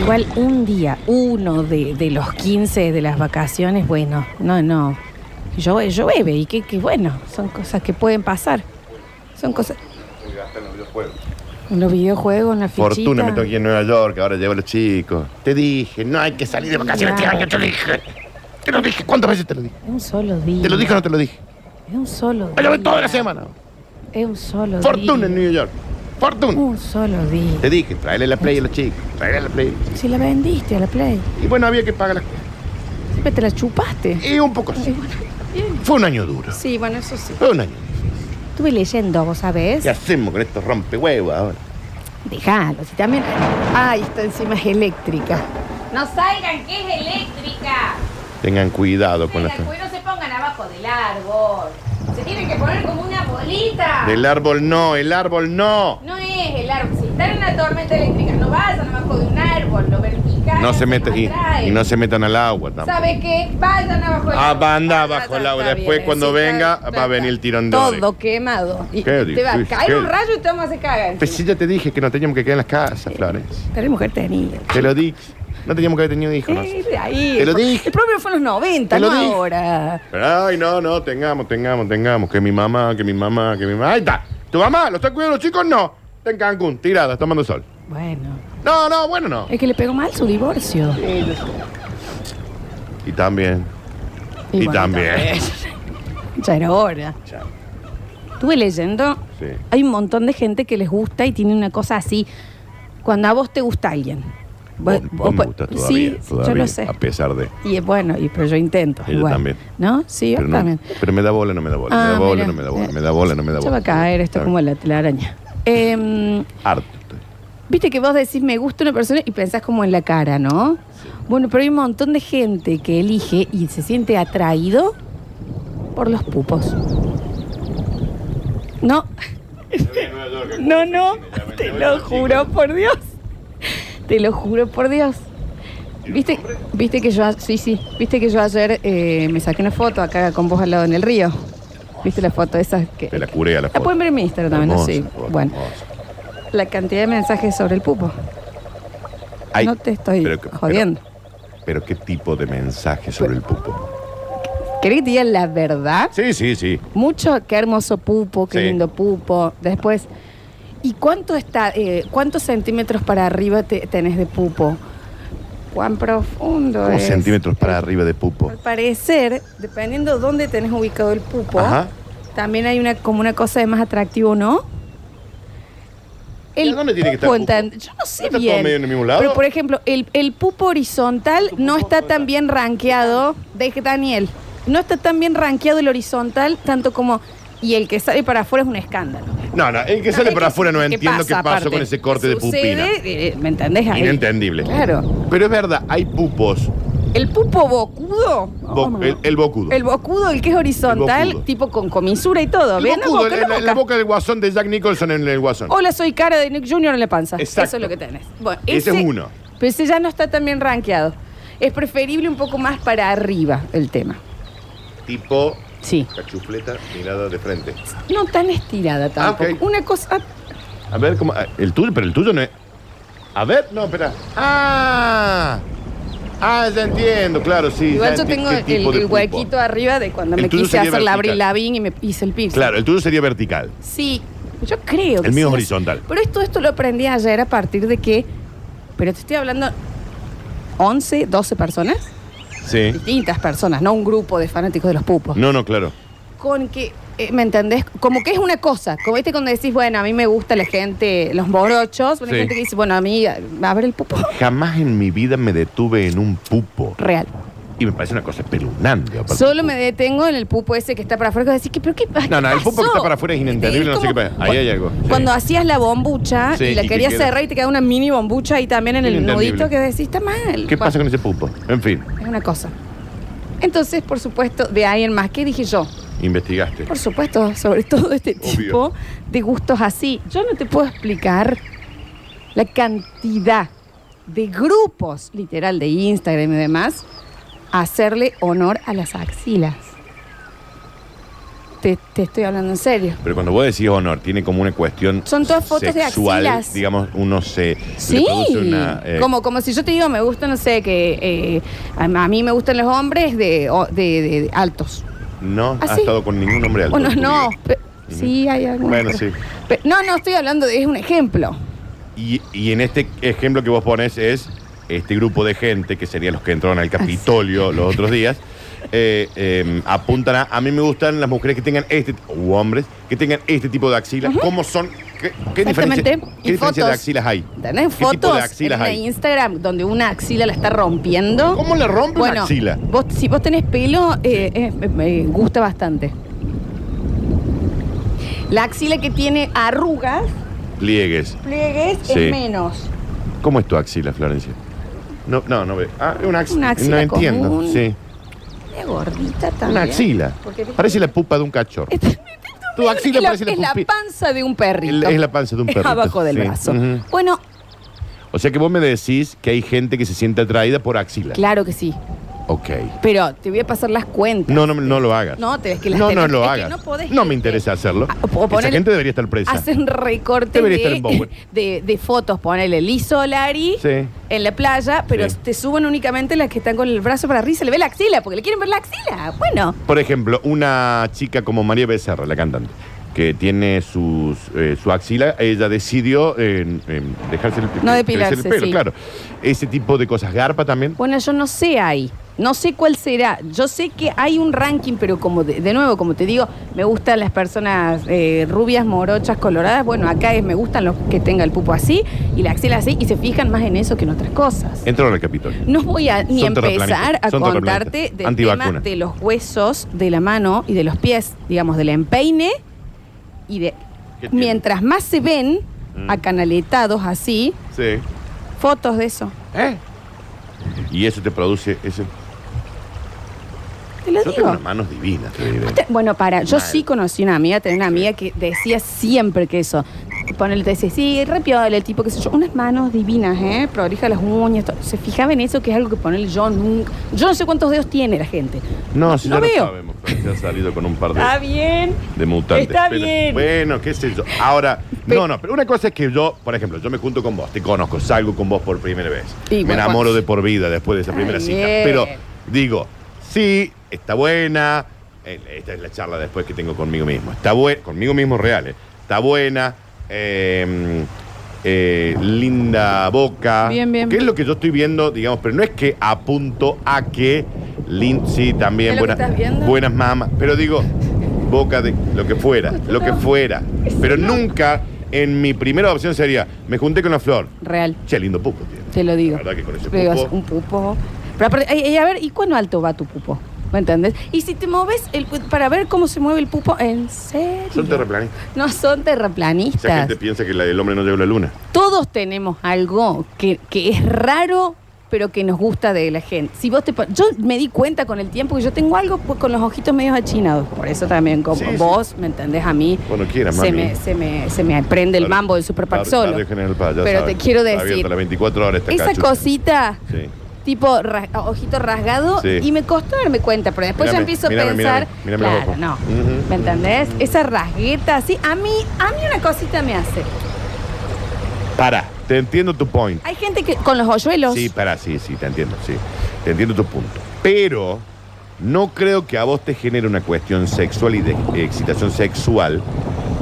Igual un día, uno de, de los 15 de las vacaciones, bueno, no, no. Yo, llueve y que, que bueno, son cosas que pueden pasar. Son cosas. Porque gastan los videojuegos. En los videojuegos, en la fichita. Fortuna me toqué en Nueva York, ahora llevo a los chicos. Te dije, no hay que salir de vacaciones este Claro. año, te lo dije. Te lo dije, ¿cuántas veces te lo dije? Es un solo día. ¿Te lo dije o no te lo dije? Es un solo día. Pero voy toda la semana. Es un solo Fortuna Eh. en día. New York. Fortuna. Un solo día. Te dije, tráele la play a los chicos. Tráele la play. Si la vendiste a la Play, Y bueno, había que pagar las cosas. siempre te la chupaste. Y un poco así. Fue un año duro. Sí, bueno, eso sí. Fue un año. Estuve leyendo, ¿vos sabés? ¿Qué hacemos con estos rompehuevos ahora? Dejalo, si también. Ay, está encima es eléctrica. No salgan, que es eléctrica. Tengan cuidado con las Salgan, que no se pongan abajo del árbol. Se tienen que poner como una bolita. Del árbol no, el árbol no. No es el árbol. Si está en una tormenta eléctrica, no vayan abajo de un árbol, lo vertical. No se meten y, atrae. y no se metan al agua tampoco. ¿Sabe qué? Vayan abajo Pues, del Ah, árbol. banda Ah, ya abajo el está agua. bien, Después sí, cuando está bien, venga está va a bien. venir el tirón de oreja. Todo quemado. Y Qué te va a difícil, caer qué un rayo y te vamos a hacer cagar. Pues sí, ya te dije que nos teníamos que quedar en las casas, Flores. Pero es mujer tenía. Te lo dije. No teníamos que haber tenido hijos. Eh, nosotros. de ahí. Te lo dije. El problema fue en los 90, Te lo no dije. ahora. Pero, Ay, no, no, tengamos, tengamos, tengamos. Que mi mamá, que mi mamá, que mi mamá. Ahí está. ¿Tu mamá? ¿Lo está cuidando los chicos? No. Está en Cancún, tirada, tomando sol. Bueno, No, no, bueno, no. es que le pegó mal su divorcio. Y también. Y bueno, también. Ya era hora. Ya. Estuve leyendo. Sí. Hay un montón de gente que les gusta y tiene una cosa así. Cuando a vos te gusta alguien. Vos- Vos- vos vos- me gustas sí, todavía, sí, todavía, yo lo sé. A pesar de. Y es bueno, y, pero yo intento. Ella igual. también. ¿No? Sí, yo Pero, no- también. pero me da bola, no me da bola. me Ah, da bola, mira. no me da bola. Me da bola, no me da Ya bola. va a caer esto Está como bien. la telaraña. Em, Harto estoy. Viste que vos decís me gusta una persona y pensás como en la cara, ¿no? Bueno, pero hay un montón de gente que elige y se siente atraído por los pupos. No, no, no, te lo juro por Dios. Te lo juro por Dios. ¿Viste, viste que yo a- sí, sí, viste que yo ayer eh, me saqué una foto acá con vos al lado en el río. ¿Viste la foto esa que Te la curé a la la pueden ver en mi Instagram también, ¿no? Hermosa, sí. foto, Bueno, hermosa. la cantidad de mensajes sobre el pupo. Ay, no te estoy pero que- jodiendo. Pero, pero qué tipo de mensaje sobre el pupo. ¿Querés que te diga la verdad? Sí, sí, sí. Mucho, qué hermoso pupo, qué Sí. lindo pupo. Después, ¿y cuánto está, eh, cuántos centímetros para arriba te- tenés de pupo? ¿Cuán profundo Como es? centímetros para arriba de pupo. Al parecer, dependiendo dónde tenés ubicado el pupo, Ajá. también hay una como una cosa de más atractivo, ¿no? ¿Y a dónde tiene que estar pupo el pupo? enten- Yo no ¿No sé está todo bien. medio en el mismo lado? Pero, por ejemplo, el, el pupo horizontal no está tan bien rankeado. De Daniel. No está tan bien rankeado el horizontal, tanto como. Y el que sale para afuera es un escándalo. No, no, el que sale para afuera no entiendo qué pasó aparte? con ese corte de Sucede, pupina. eh, ¿Me entendés? Ahí. Inentendible. Claro. Pero es verdad, hay pupos. El pupo bocudo. Bo- oh, no. el, el bocudo. El bocudo, el que es horizontal, El bocudo. tipo con comisura y todo. El ¿Ven? La bocudo, boca, el- la la, boca. la boca del guasón de Jack Nicholson en el guasón. Hola, soy cara de Nick Jr. en la panza. Exacto. Eso es lo que tenés. Bueno, Ese es uno. Pero ese ya no está tan bien rankeado. Es preferible un poco más para arriba el tema. Tipo Sí. cachufleta mirada de frente. No tan estirada tampoco. Ah, ok. Una cosa. ah, A ver, ¿cómo? ah, El tuyo, pero el tuyo no es. A ver, no, espera. Ah, ah, ya entiendo, claro, sí. Igual ya yo enti- tengo qué el, tipo de el pulpo. huequito arriba de cuando El me tuyo quise sería hacer la vertical. Abril Lavín y me hice el piercing. Claro, el tuyo sería vertical. Sí, yo creo que El mío sí. es horizontal. Pero esto, esto lo aprendí ayer a partir de que. Pero te estoy hablando 11, 12 personas. Sí. Distintas personas, no un grupo de fanáticos de los pupos. No, no, claro. con que, eh, ¿me entendés? Como que es una cosa. Como viste cuando decís, bueno, a mí me gusta la gente, los morochos. Una Sí. gente que dice, bueno, a mí, a ver el pupo. Jamás en mi vida me detuve en un pupo. Real. Y me parece una cosa espeluznante. aparte. Solo me detengo en el pupo ese que está para afuera. que Decís, que, ¿pero qué No, no, el pupo que pasó? está para afuera es inentendible, no sé qué pasa. Ahí hay algo. Sí. Cuando hacías la bombucha Sí, y la y que querías queda- cerrar y te queda una mini bombucha ahí también en el Inentendible. nudito que decís, está mal. ¿Qué Bueno, pasa con ese pupo? En fin, Es una cosa. Entonces, por supuesto, de ahí en más, ¿qué dije yo? investigaste. Por supuesto, sobre todo este Obvio. tipo de gustos así. Yo no te puedo explicar la cantidad de grupos, literal, de Instagram y demás, a hacerle honor a las axilas. te, te estoy hablando en serio. Pero cuando vos decís honor, tiene como una cuestión. Son todas fotos de sexual, axilas. Digamos, uno se. le Sí, produce una, eh, como, como si yo te digo, me gusta, no sé, que eh, a, a mí me gustan los hombres de, o- de- de- de altos. No Ah, has sí. estado con ningún hombre alto. Unos en tu no. vida. pe- sí, hay algunos. Bueno, pero- sí. pe- no, no, estoy hablando, de, es un ejemplo. Y, y en este ejemplo que vos pones es este grupo de gente, que serían los que entraron al Capitolio los otros días, eh, eh, apuntan a, a mí me gustan las mujeres que tengan este, o hombres, que tengan este tipo de axilas. ¿Cómo son? ¿Qué, qué diferencia, Exactamente. qué Y diferencia de fotos. axilas hay? ¿Tenés ¿Qué tipo fotos de axilas en hay? Instagram donde una axila la está rompiendo? ¿Cómo le rompe bueno, una axila? Vos, si vos tenés pelo, eh, eh, me, me gusta bastante. La axila que tiene arrugas, Pliegues. pliegues, Sí. es menos. ¿Cómo es tu axila, Florencia? No, no, no ve. Ah, es una axila. Una axila no entiendo. común. Sí. Es gordita también. Una axila. Porque viste Parece que- la pupa de un cachorro. Tu axila Es la, parece la es la pupi- panza de un perrito. El- es la panza de un Es perrito, Abajo del sí. brazo. Ujú. Bueno, O sea que vos me decís que hay gente que se siente atraída por axila. claro que sí. Ok. Pero te voy a pasar las cuentas. No, no, no lo hagas. No, tenés que las No, tenés- no lo es que hagas. no podés No irte. me interesa hacerlo. Ah, o Esa poner- gente debería estar presa. Hacen recortes Debería estar en de, Bowen. de, de fotos, ponele Liz Solari Sí. en la playa, pero Sí. te suben únicamente las que están con el brazo para arriba y se le ve la axila, porque le quieren ver la axila. Bueno, Por ejemplo, una chica como María Becerra, la cantante, que tiene sus, eh, su axila, ella decidió eh, eh, dejarse el, No eh, depilarse, crecer el pelo, sí. claro. Ese tipo de cosas. Garpa también. bueno, yo no sé ahí. No sé cuál será. Yo sé que hay un ranking, pero como de, de nuevo, como te digo, me gustan las personas eh, rubias, morochas, coloradas. Bueno, acá es, me gustan los que tenga el pupo así y la axila así y se fijan más en eso que en otras cosas. Entró al Capitolio. No voy a ni Son empezar terraplanistas, a son contarte terraplanistas, del antivacuna. tema de los huesos de la mano y de los pies, digamos, del empeine y de ¿Qué tiene? mientras más se ven Mm. acanaletados así, Sí. fotos de eso. ¿Eh? Y eso te produce ese. Te lo Yo tengo digo. unas manos divinas, te diré. Te- Bueno, para, yo Mal. sí conocí una amiga, tenía una amiga que decía siempre que eso. Ponele, te decía, sí, repiola, el tipo, qué sé yo, unas manos divinas, ¿eh? Prolija las uñas, todo. se fijaba en eso, que es algo que ponele yo nunca. Yo no sé cuántos dedos tiene la gente. No, si no ya veo. Ah, lo sabemos. pero Se ha salido con un par de. Está bien. De mutantes. Está Pero, bien. Bueno, qué sé yo. Ahora, Pe- no, no, pero una cosa es que yo, por ejemplo, yo me junto con vos, te conozco, salgo con vos por primera vez. Y me bueno, enamoro cuando- de por vida después de esa Está primera cita. bien. Pero digo, sí, está buena. eh, Esta es la charla después que tengo conmigo mismo. Está buena, conmigo mismo real, eh. Está buena. eh, eh, linda boca. Bien, bien. Que es lo que yo estoy viendo, digamos, pero no es que apunto a que Lin, sí, también ¿Es lo que buena- estás viendo? buenas mamas. Pero digo, boca de lo que fuera, lo que fuera. Pero nunca en mi primera opción sería, me junté con la flor. Real. Che, lindo pupo tiene. Te lo digo. La verdad que con ese Te digo, pupo- un pupo. Pero aparte, ay, ay, a ver, ¿y cuán alto va tu pupo? ¿Me entendés? Y si te moves el, para ver cómo se mueve el pupo, ¿en serio? Son terraplanistas. No son O sea, terraplanistas. gente piensa que la del hombre no llegó a la luna. Todos tenemos algo que, que es raro, pero que nos gusta de la gente. Si vos te, pon- yo me di cuenta con el tiempo que yo tengo algo pues, con los ojitos medios achinados. Por eso también, como Sí, sí. vos, ¿me entendés? A mí Cuando quieras, se, mami. me, se, me, se me prende el mambo del Super Pack Tar- solo. tarde General Paz, ya Pero saben. te quiero Está decir, abierta las 24 horas esta Esa cachucha. cosita... Sí. tipo ra- ojito rasgado Sí. y me costó darme cuenta, pero después Mírame, ya empiezo a mírame, pensar, mírame, mírame los claro, no, ojos. Ujú. ¿me entendés? Esa rasgueta así, a mí, a mí una cosita me hace. Para, te entiendo tu point. Hay gente que con los hoyuelos, Sí, para, sí, sí, te entiendo, sí. Te entiendo tu punto. Pero no creo que a vos te genere una cuestión sexual y de de excitación sexual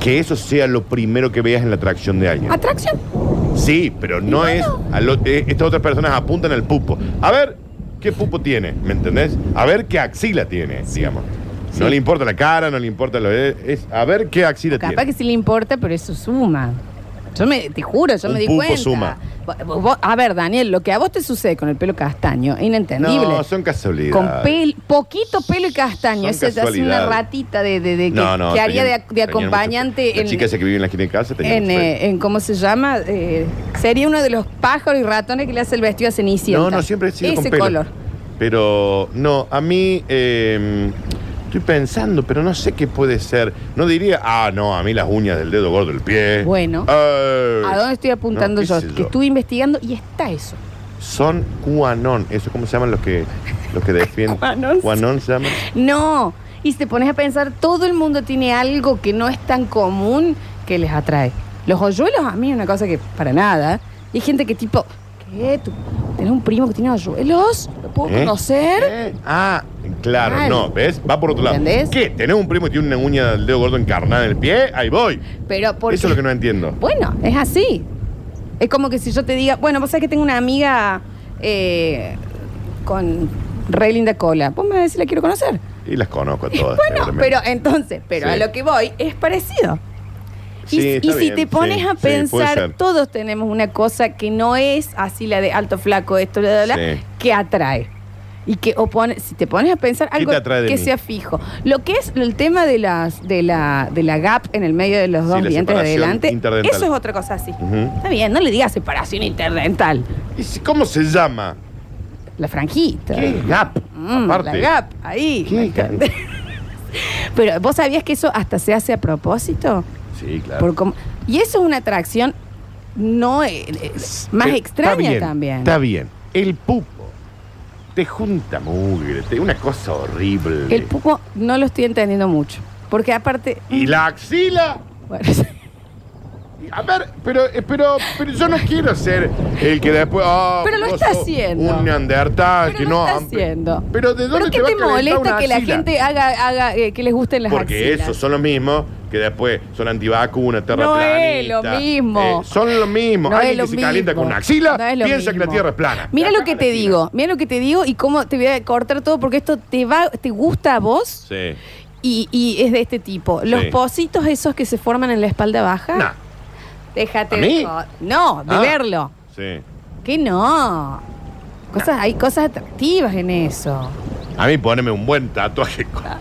que eso sea lo primero que veas en la atracción de alguien. atracción. Sí, pero no es. a lo- eh, estas otras personas apuntan al pupo. A ver qué pupo tiene, ¿me entendés? A ver qué axila tiene, digamos. No Sí. le importa la cara, no le importa lo de- es a ver qué axila Capaz tiene. que sí le importa, pero eso suma. Yo me, te juro, yo Un me di pupo cuenta. suma. Vo- vo- a ver, Daniel, lo que a vos te sucede con el pelo castaño, es inentendible. No, son casualidades. Con pel- poquito pelo y castaño. Son Esa es así una casualidades. ratita de, de- de que, No, no, que haría de, tenían- ac- de tenían mucho- acompañante La chica en, esa que vive en la esquina de casa tenía en, mucho pelo. eh, en cómo se llama, eh, sería uno de los pájaros y ratones que le hace el vestido a Cenicienta. No, no, siempre he sido Ese con pelo. color. Pero no, a mí eh, estoy pensando, pero no sé qué puede ser. No diría, ah, no, a mí las uñas del dedo gordo del pie. Bueno. Eh, ¿A dónde estoy apuntando No, qué yo? sé Que estuve investigando y está eso. Son cuanón, eso cómo se llaman los que los que defienden. Cuanón. Cuanón se llaman. No, Y si te pones a pensar, todo el mundo tiene algo que no es tan común que les atrae. Los hoyuelos a mí es una cosa que para nada. Y hay gente que tipo, ¿qué? ¿Tú tenés un primo que tiene hoyuelos? ¿Lo puedo ¿Eh? conocer? ¿Eh? Ah, claro, Claro. no, ¿ves? Va por otro lado. ¿Entendés? ¿Qué? ¿Tenés un primo que tiene una uña del dedo gordo encarnada en el pie? Ahí voy. Pero porque... Eso es lo que no entiendo. Bueno, es así. Es como que si yo te diga, bueno, vos sabés que tengo una amiga eh, con re linda cola. Vos me decís, la quiero conocer. Y las conozco a todas. Bueno, seguramente. pero entonces, pero Sí. a lo que voy es parecido. Y, Sí, y está si bien, te pones sí, a sí, puede pensar, ser. todos tenemos una cosa que no es así la de alto flaco, esto, bla, bla, bla, Sí. que atrae. Y que opone, si te pones a pensar ¿Qué algo te atrae de que mí? sea fijo. Lo que es el tema de las, de la, de la gap en el medio de los Sí, dos la dientes de separación adelante, interdental. eso es otra cosa así. Ujú. Está bien, no le digas separación interdental. ¿Y si- ¿Cómo se llama? La franjita. ¿Qué? Gap. Mm, Aparte. la gap, ahí. ¿Qué? Pero vos sabías que eso hasta se hace a propósito. Sí, claro. Por cómo- y eso es una atracción no eh, eh, más Pero extraña está bien, también. Está bien. El pupo te junta mugre, te una cosa horrible. El pupo no lo estoy entendiendo mucho. Porque aparte. Y la axila. Bueno, A ver, pero, eh, pero, pero yo no quiero ser el que después. ah, Pero lo vos está sos haciendo. Un neandertal pero que no no. está am- haciendo. Pero ¿de dónde ¿Pero qué va te, a calentar molesta una que la axila? gente haga, haga eh, que les gusten las Porque axilas? esos son los mismos que después son antivacunas, No terraplanistas. eh, es lo mismo. son los mismos. No Alguien es lo que se calienta mismo. con una axila No es lo piensa que la mismo. Tierra es plana. Mira Acá lo que la te China. digo, mira lo que te digo y cómo te voy a cortar todo porque esto te va, te gusta a vos Sí. y, y es de este tipo. Los Sí. pocitos esos que se forman en la espalda baja, Nah. déjate ¿A mí? de jo- No, de Ah. verlo. Sí. Que no. Cosas, hay cosas atractivas en eso. A mí poneme un buen tatuaje con, Ah.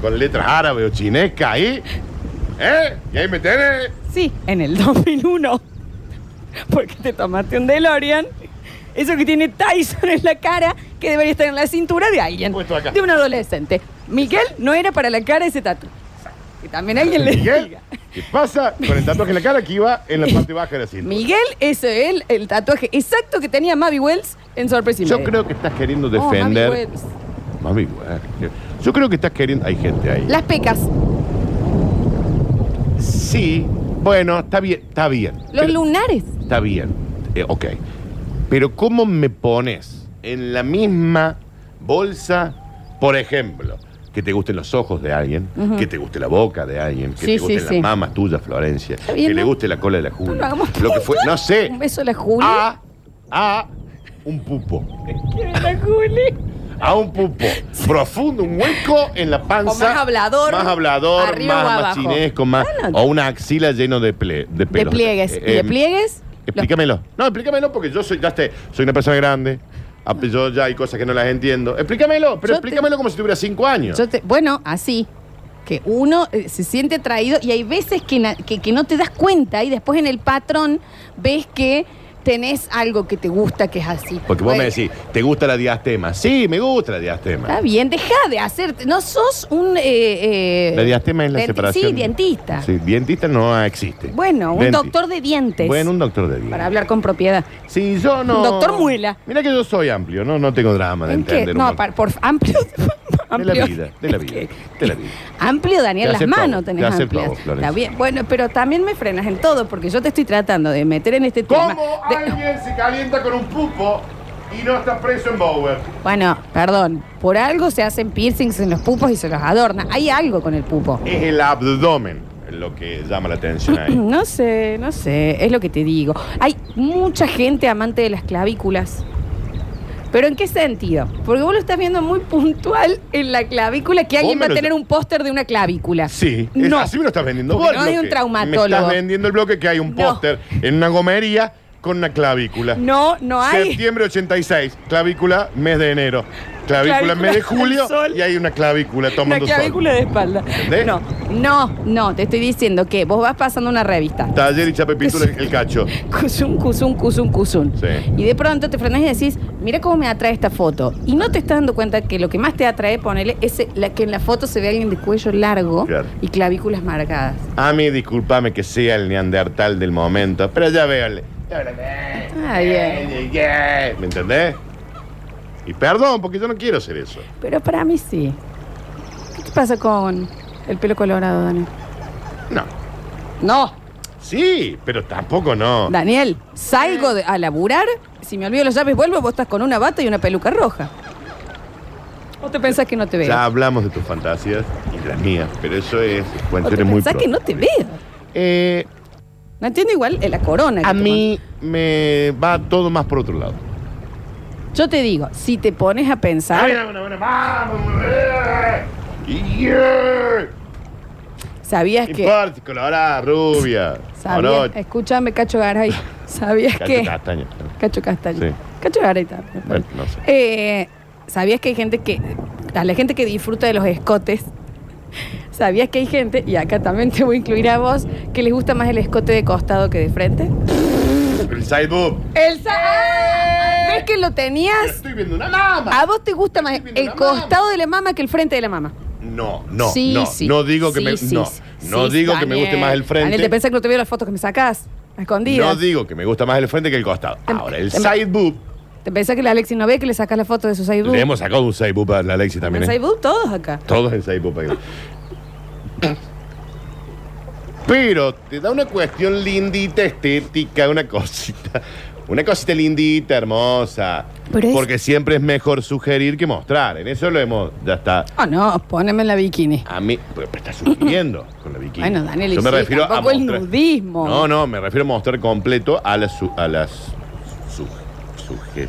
con letras árabes o chinescas ahí. ¿Eh? Y ahí me tenés. Sí, en el 2001. Porque te tomaste un DeLorean. Eso que tiene Tyson en la cara, que debería estar en la cintura de alguien. Puesto acá. De un adolescente. Miguel no era para la cara ese tatu. Que también alguien le Miguel, diga. ¿qué pasa con el tatuaje en la cara que iba en la parte baja de la cinta? Miguel es el, el tatuaje exacto que tenía Mavi Wells en Sorpresa y Yo Media. creo que estás queriendo Oh, Mavi defender. Wells. Mami, güey. Yo creo que estás queriendo. Hay gente ahí. Las pecas, Sí, bueno, está bien, está bien. los Pero- lunares. Está bien, eh, ok. Pero ¿cómo me pones en la misma bolsa, por ejemplo, que te gusten los ojos de alguien, que te guste la boca de alguien, que Sí, te sí, gusten las sí. mamas tuyas, Florencia, bien, que le ¿no? guste la cola de la No lo Julia? hagamos Lo que fue, no sé, Un beso a la Juli. a, a un pupo. ¿Quién es la Juli? A un pupo profundo, un hueco en la panza. O más hablador. Más hablador, Arriba más, o más abajo. chinesco, más. Bueno. O una axila lleno de, ple- de De pelos. pliegues. Eh, ¿Y de em, pliegues? Los Explícamelo. No, explícamelo porque yo soy, ya sé, soy una persona grande. Ah, Yo ya hay cosas que no las entiendo. Explícamelo, pero Yo explícamelo como si tuviera cinco años. Yo te- bueno, así. Que uno eh, se siente atraído y hay veces que, na- que, que no te das cuenta y después en el patrón ves que tenés algo que te gusta que es así. porque vos Bueno, me decís, ¿te gusta la diastema? Sí, me gusta la diastema. Está bien, deja de hacerte. No sos un. eh, eh, La diastema es la denti- separación. Sí, dentista. Sí, dientista no existe. Bueno, un Denti- doctor de dientes. Bueno, un doctor de dientes. Para hablar con propiedad. Sí, yo no. Un doctor muela. Mira que yo soy amplio, no, no tengo drama de ¿En qué? entender. un No, montón. par- por amplio. de la amplio- vida, de la vida, de la vida. Amplio, Daniel, Te las acepto a manos vos, tenés te acepto a amplias. vos, Florencia. Está bien. Bueno, pero también me frenas en todo, porque yo te estoy tratando de meter en este tema. ¿Cómo de- alguien se calienta con un pupo y no está preso en Bower? Bueno, perdón. Por algo se hacen piercings en los pupos y se los adorna. Hay algo con el pupo. Es el abdomen lo que llama la atención ahí. No sé, no sé. Es lo que te digo. Hay mucha gente amante de las clavículas. ¿Pero en qué sentido? Porque vos lo estás viendo muy puntual en la clavícula, que alguien me va a lo- tener un póster de una clavícula. Sí, es- no. así me lo estás vendiendo Porque vos. no el hay un bloque. traumatólogo. Me estás vendiendo el bloque que hay un No. póster en una gomería con una clavícula. No, no hay. Septiembre 86, clavícula, mes de enero. Clavícula, Clavícula mes de al julio sol. y hay una clavícula Una tomando clavícula de espalda. ¿Entendés? No, no, no, te estoy diciendo que vos vas pasando una revista. sol. Taller y chapepitura el, el cacho. Cusun, cusun, cusun, cusun. Sí. Y de pronto te frenás y decís, mira cómo me atrae esta foto. Y no te estás dando cuenta que lo que más te atrae, ponele, es la, que en la foto se ve alguien de cuello largo Claro. y clavículas marcadas. A mí, discúlpame que sea el neandertal del momento, pero ya veo. Está Ah, bien. ¿Me entendés? Y perdón, porque yo no quiero hacer eso. Pero para mí sí. ¿Qué te pasa con el pelo colorado, Daniel? No. No, Sí, pero tampoco no. Daniel, salgo de- a laburar. Si me olvido las llaves, vuelvo. Vos estás con una bata y una peluca roja. ¿O te pensás que no te veo? Ya hablamos de tus fantasías y de las mías, pero eso es ¿O cuando te eres muy pensás pro. que no te veo? Eh, No entiendo igual eh, la corona. que a te mí me va todo más por otro lado. pones. Yo te digo, si te pones a Ay, pensar, bueno, bueno, vamos, eh, yeah. sabías ¿Qué que. importa, colorada, rubia? Sabías, morocha, escúchame, Cacho Garay. ¿Sabías cacho que. castaño. Cacho Castaño. Sí. Cacho Garay también. Bueno, no sé. Eh, ¿Sabías que hay gente que. A la gente que disfruta de los escotes. ¿Sabías que hay gente, y acá también te voy a incluir a vos, que les gusta más el escote de costado que de frente? ¡Eh! El side boob. ¡El sa- Ah, ¿Ves que lo tenías? Estoy viendo una lama. ¿A vos te gusta más Estoy viendo el la costado de la mama que el frente de la mama? No, no, Sí, no. sí. No digo que Sí, me. sí, no. sí. No Sí, digo que me guste Daniel. más el frente. Daniel, te pensás que no te veo las fotos que me sacás, a escondidas. No digo que me gusta más el frente que el costado. Tem- Ahora, el tem- side boob. ¿Te pensás que la Alexi no ve que le sacás las fotos de sus side boob? Le hemos sacado un side boob a la Alexi también. Los ¿eh? side boob todos acá. Todos el side boob. ahí. Pero te da una cuestión lindita, estética, una cosita. Una cosita lindita, hermosa. Pero es- Porque siempre es mejor sugerir que mostrar. En eso lo hemos. Ya está. Ah, no, poneme en la bikini. A mí, pero me está sugiriendo con la bikini. Bueno, Daniel, yo me sí, refiero a tampoco el mostrar- nudismo. No, no, me refiero a mostrar completo a las su- a las su- suges-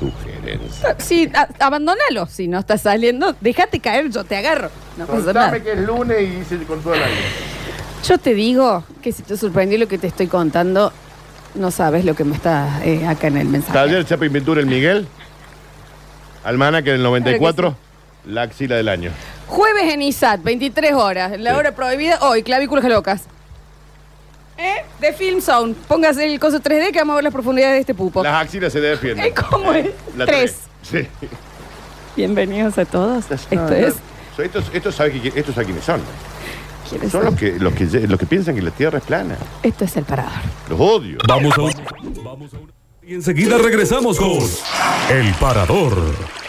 sugerencias. Sí, a- abandonalo. Si no estás saliendo, déjate caer, yo te agarro. No pasa nada. que es lunes y dice con toda la Yo te digo que si te sorprendió lo que te estoy contando, no sabes lo que me está eh, acá en el mensaje. Taller Chapa y Pintura el Miguel. Almana que en el 94 la axila del año. Jueves en ISAT, 23 horas. La Sí. hora prohibida hoy, clavículas locas. ¿Eh? De Film Zone. Póngase el coso 3D que vamos a ver las profundidades de este pupo. Las axilas se defienden. Eh, ¿Cómo es? La Tres. Sí. Bienvenidos a todos. Esto es. So, Estos, estos, sabe que- estos sabe quiénes son. ¿Quiénes Son son? los que, los, que, los que piensan que la Tierra es plana. Esto es el parador. Los odio. Vamos a un- Vamos a un- Y enseguida regresamos con El Parador.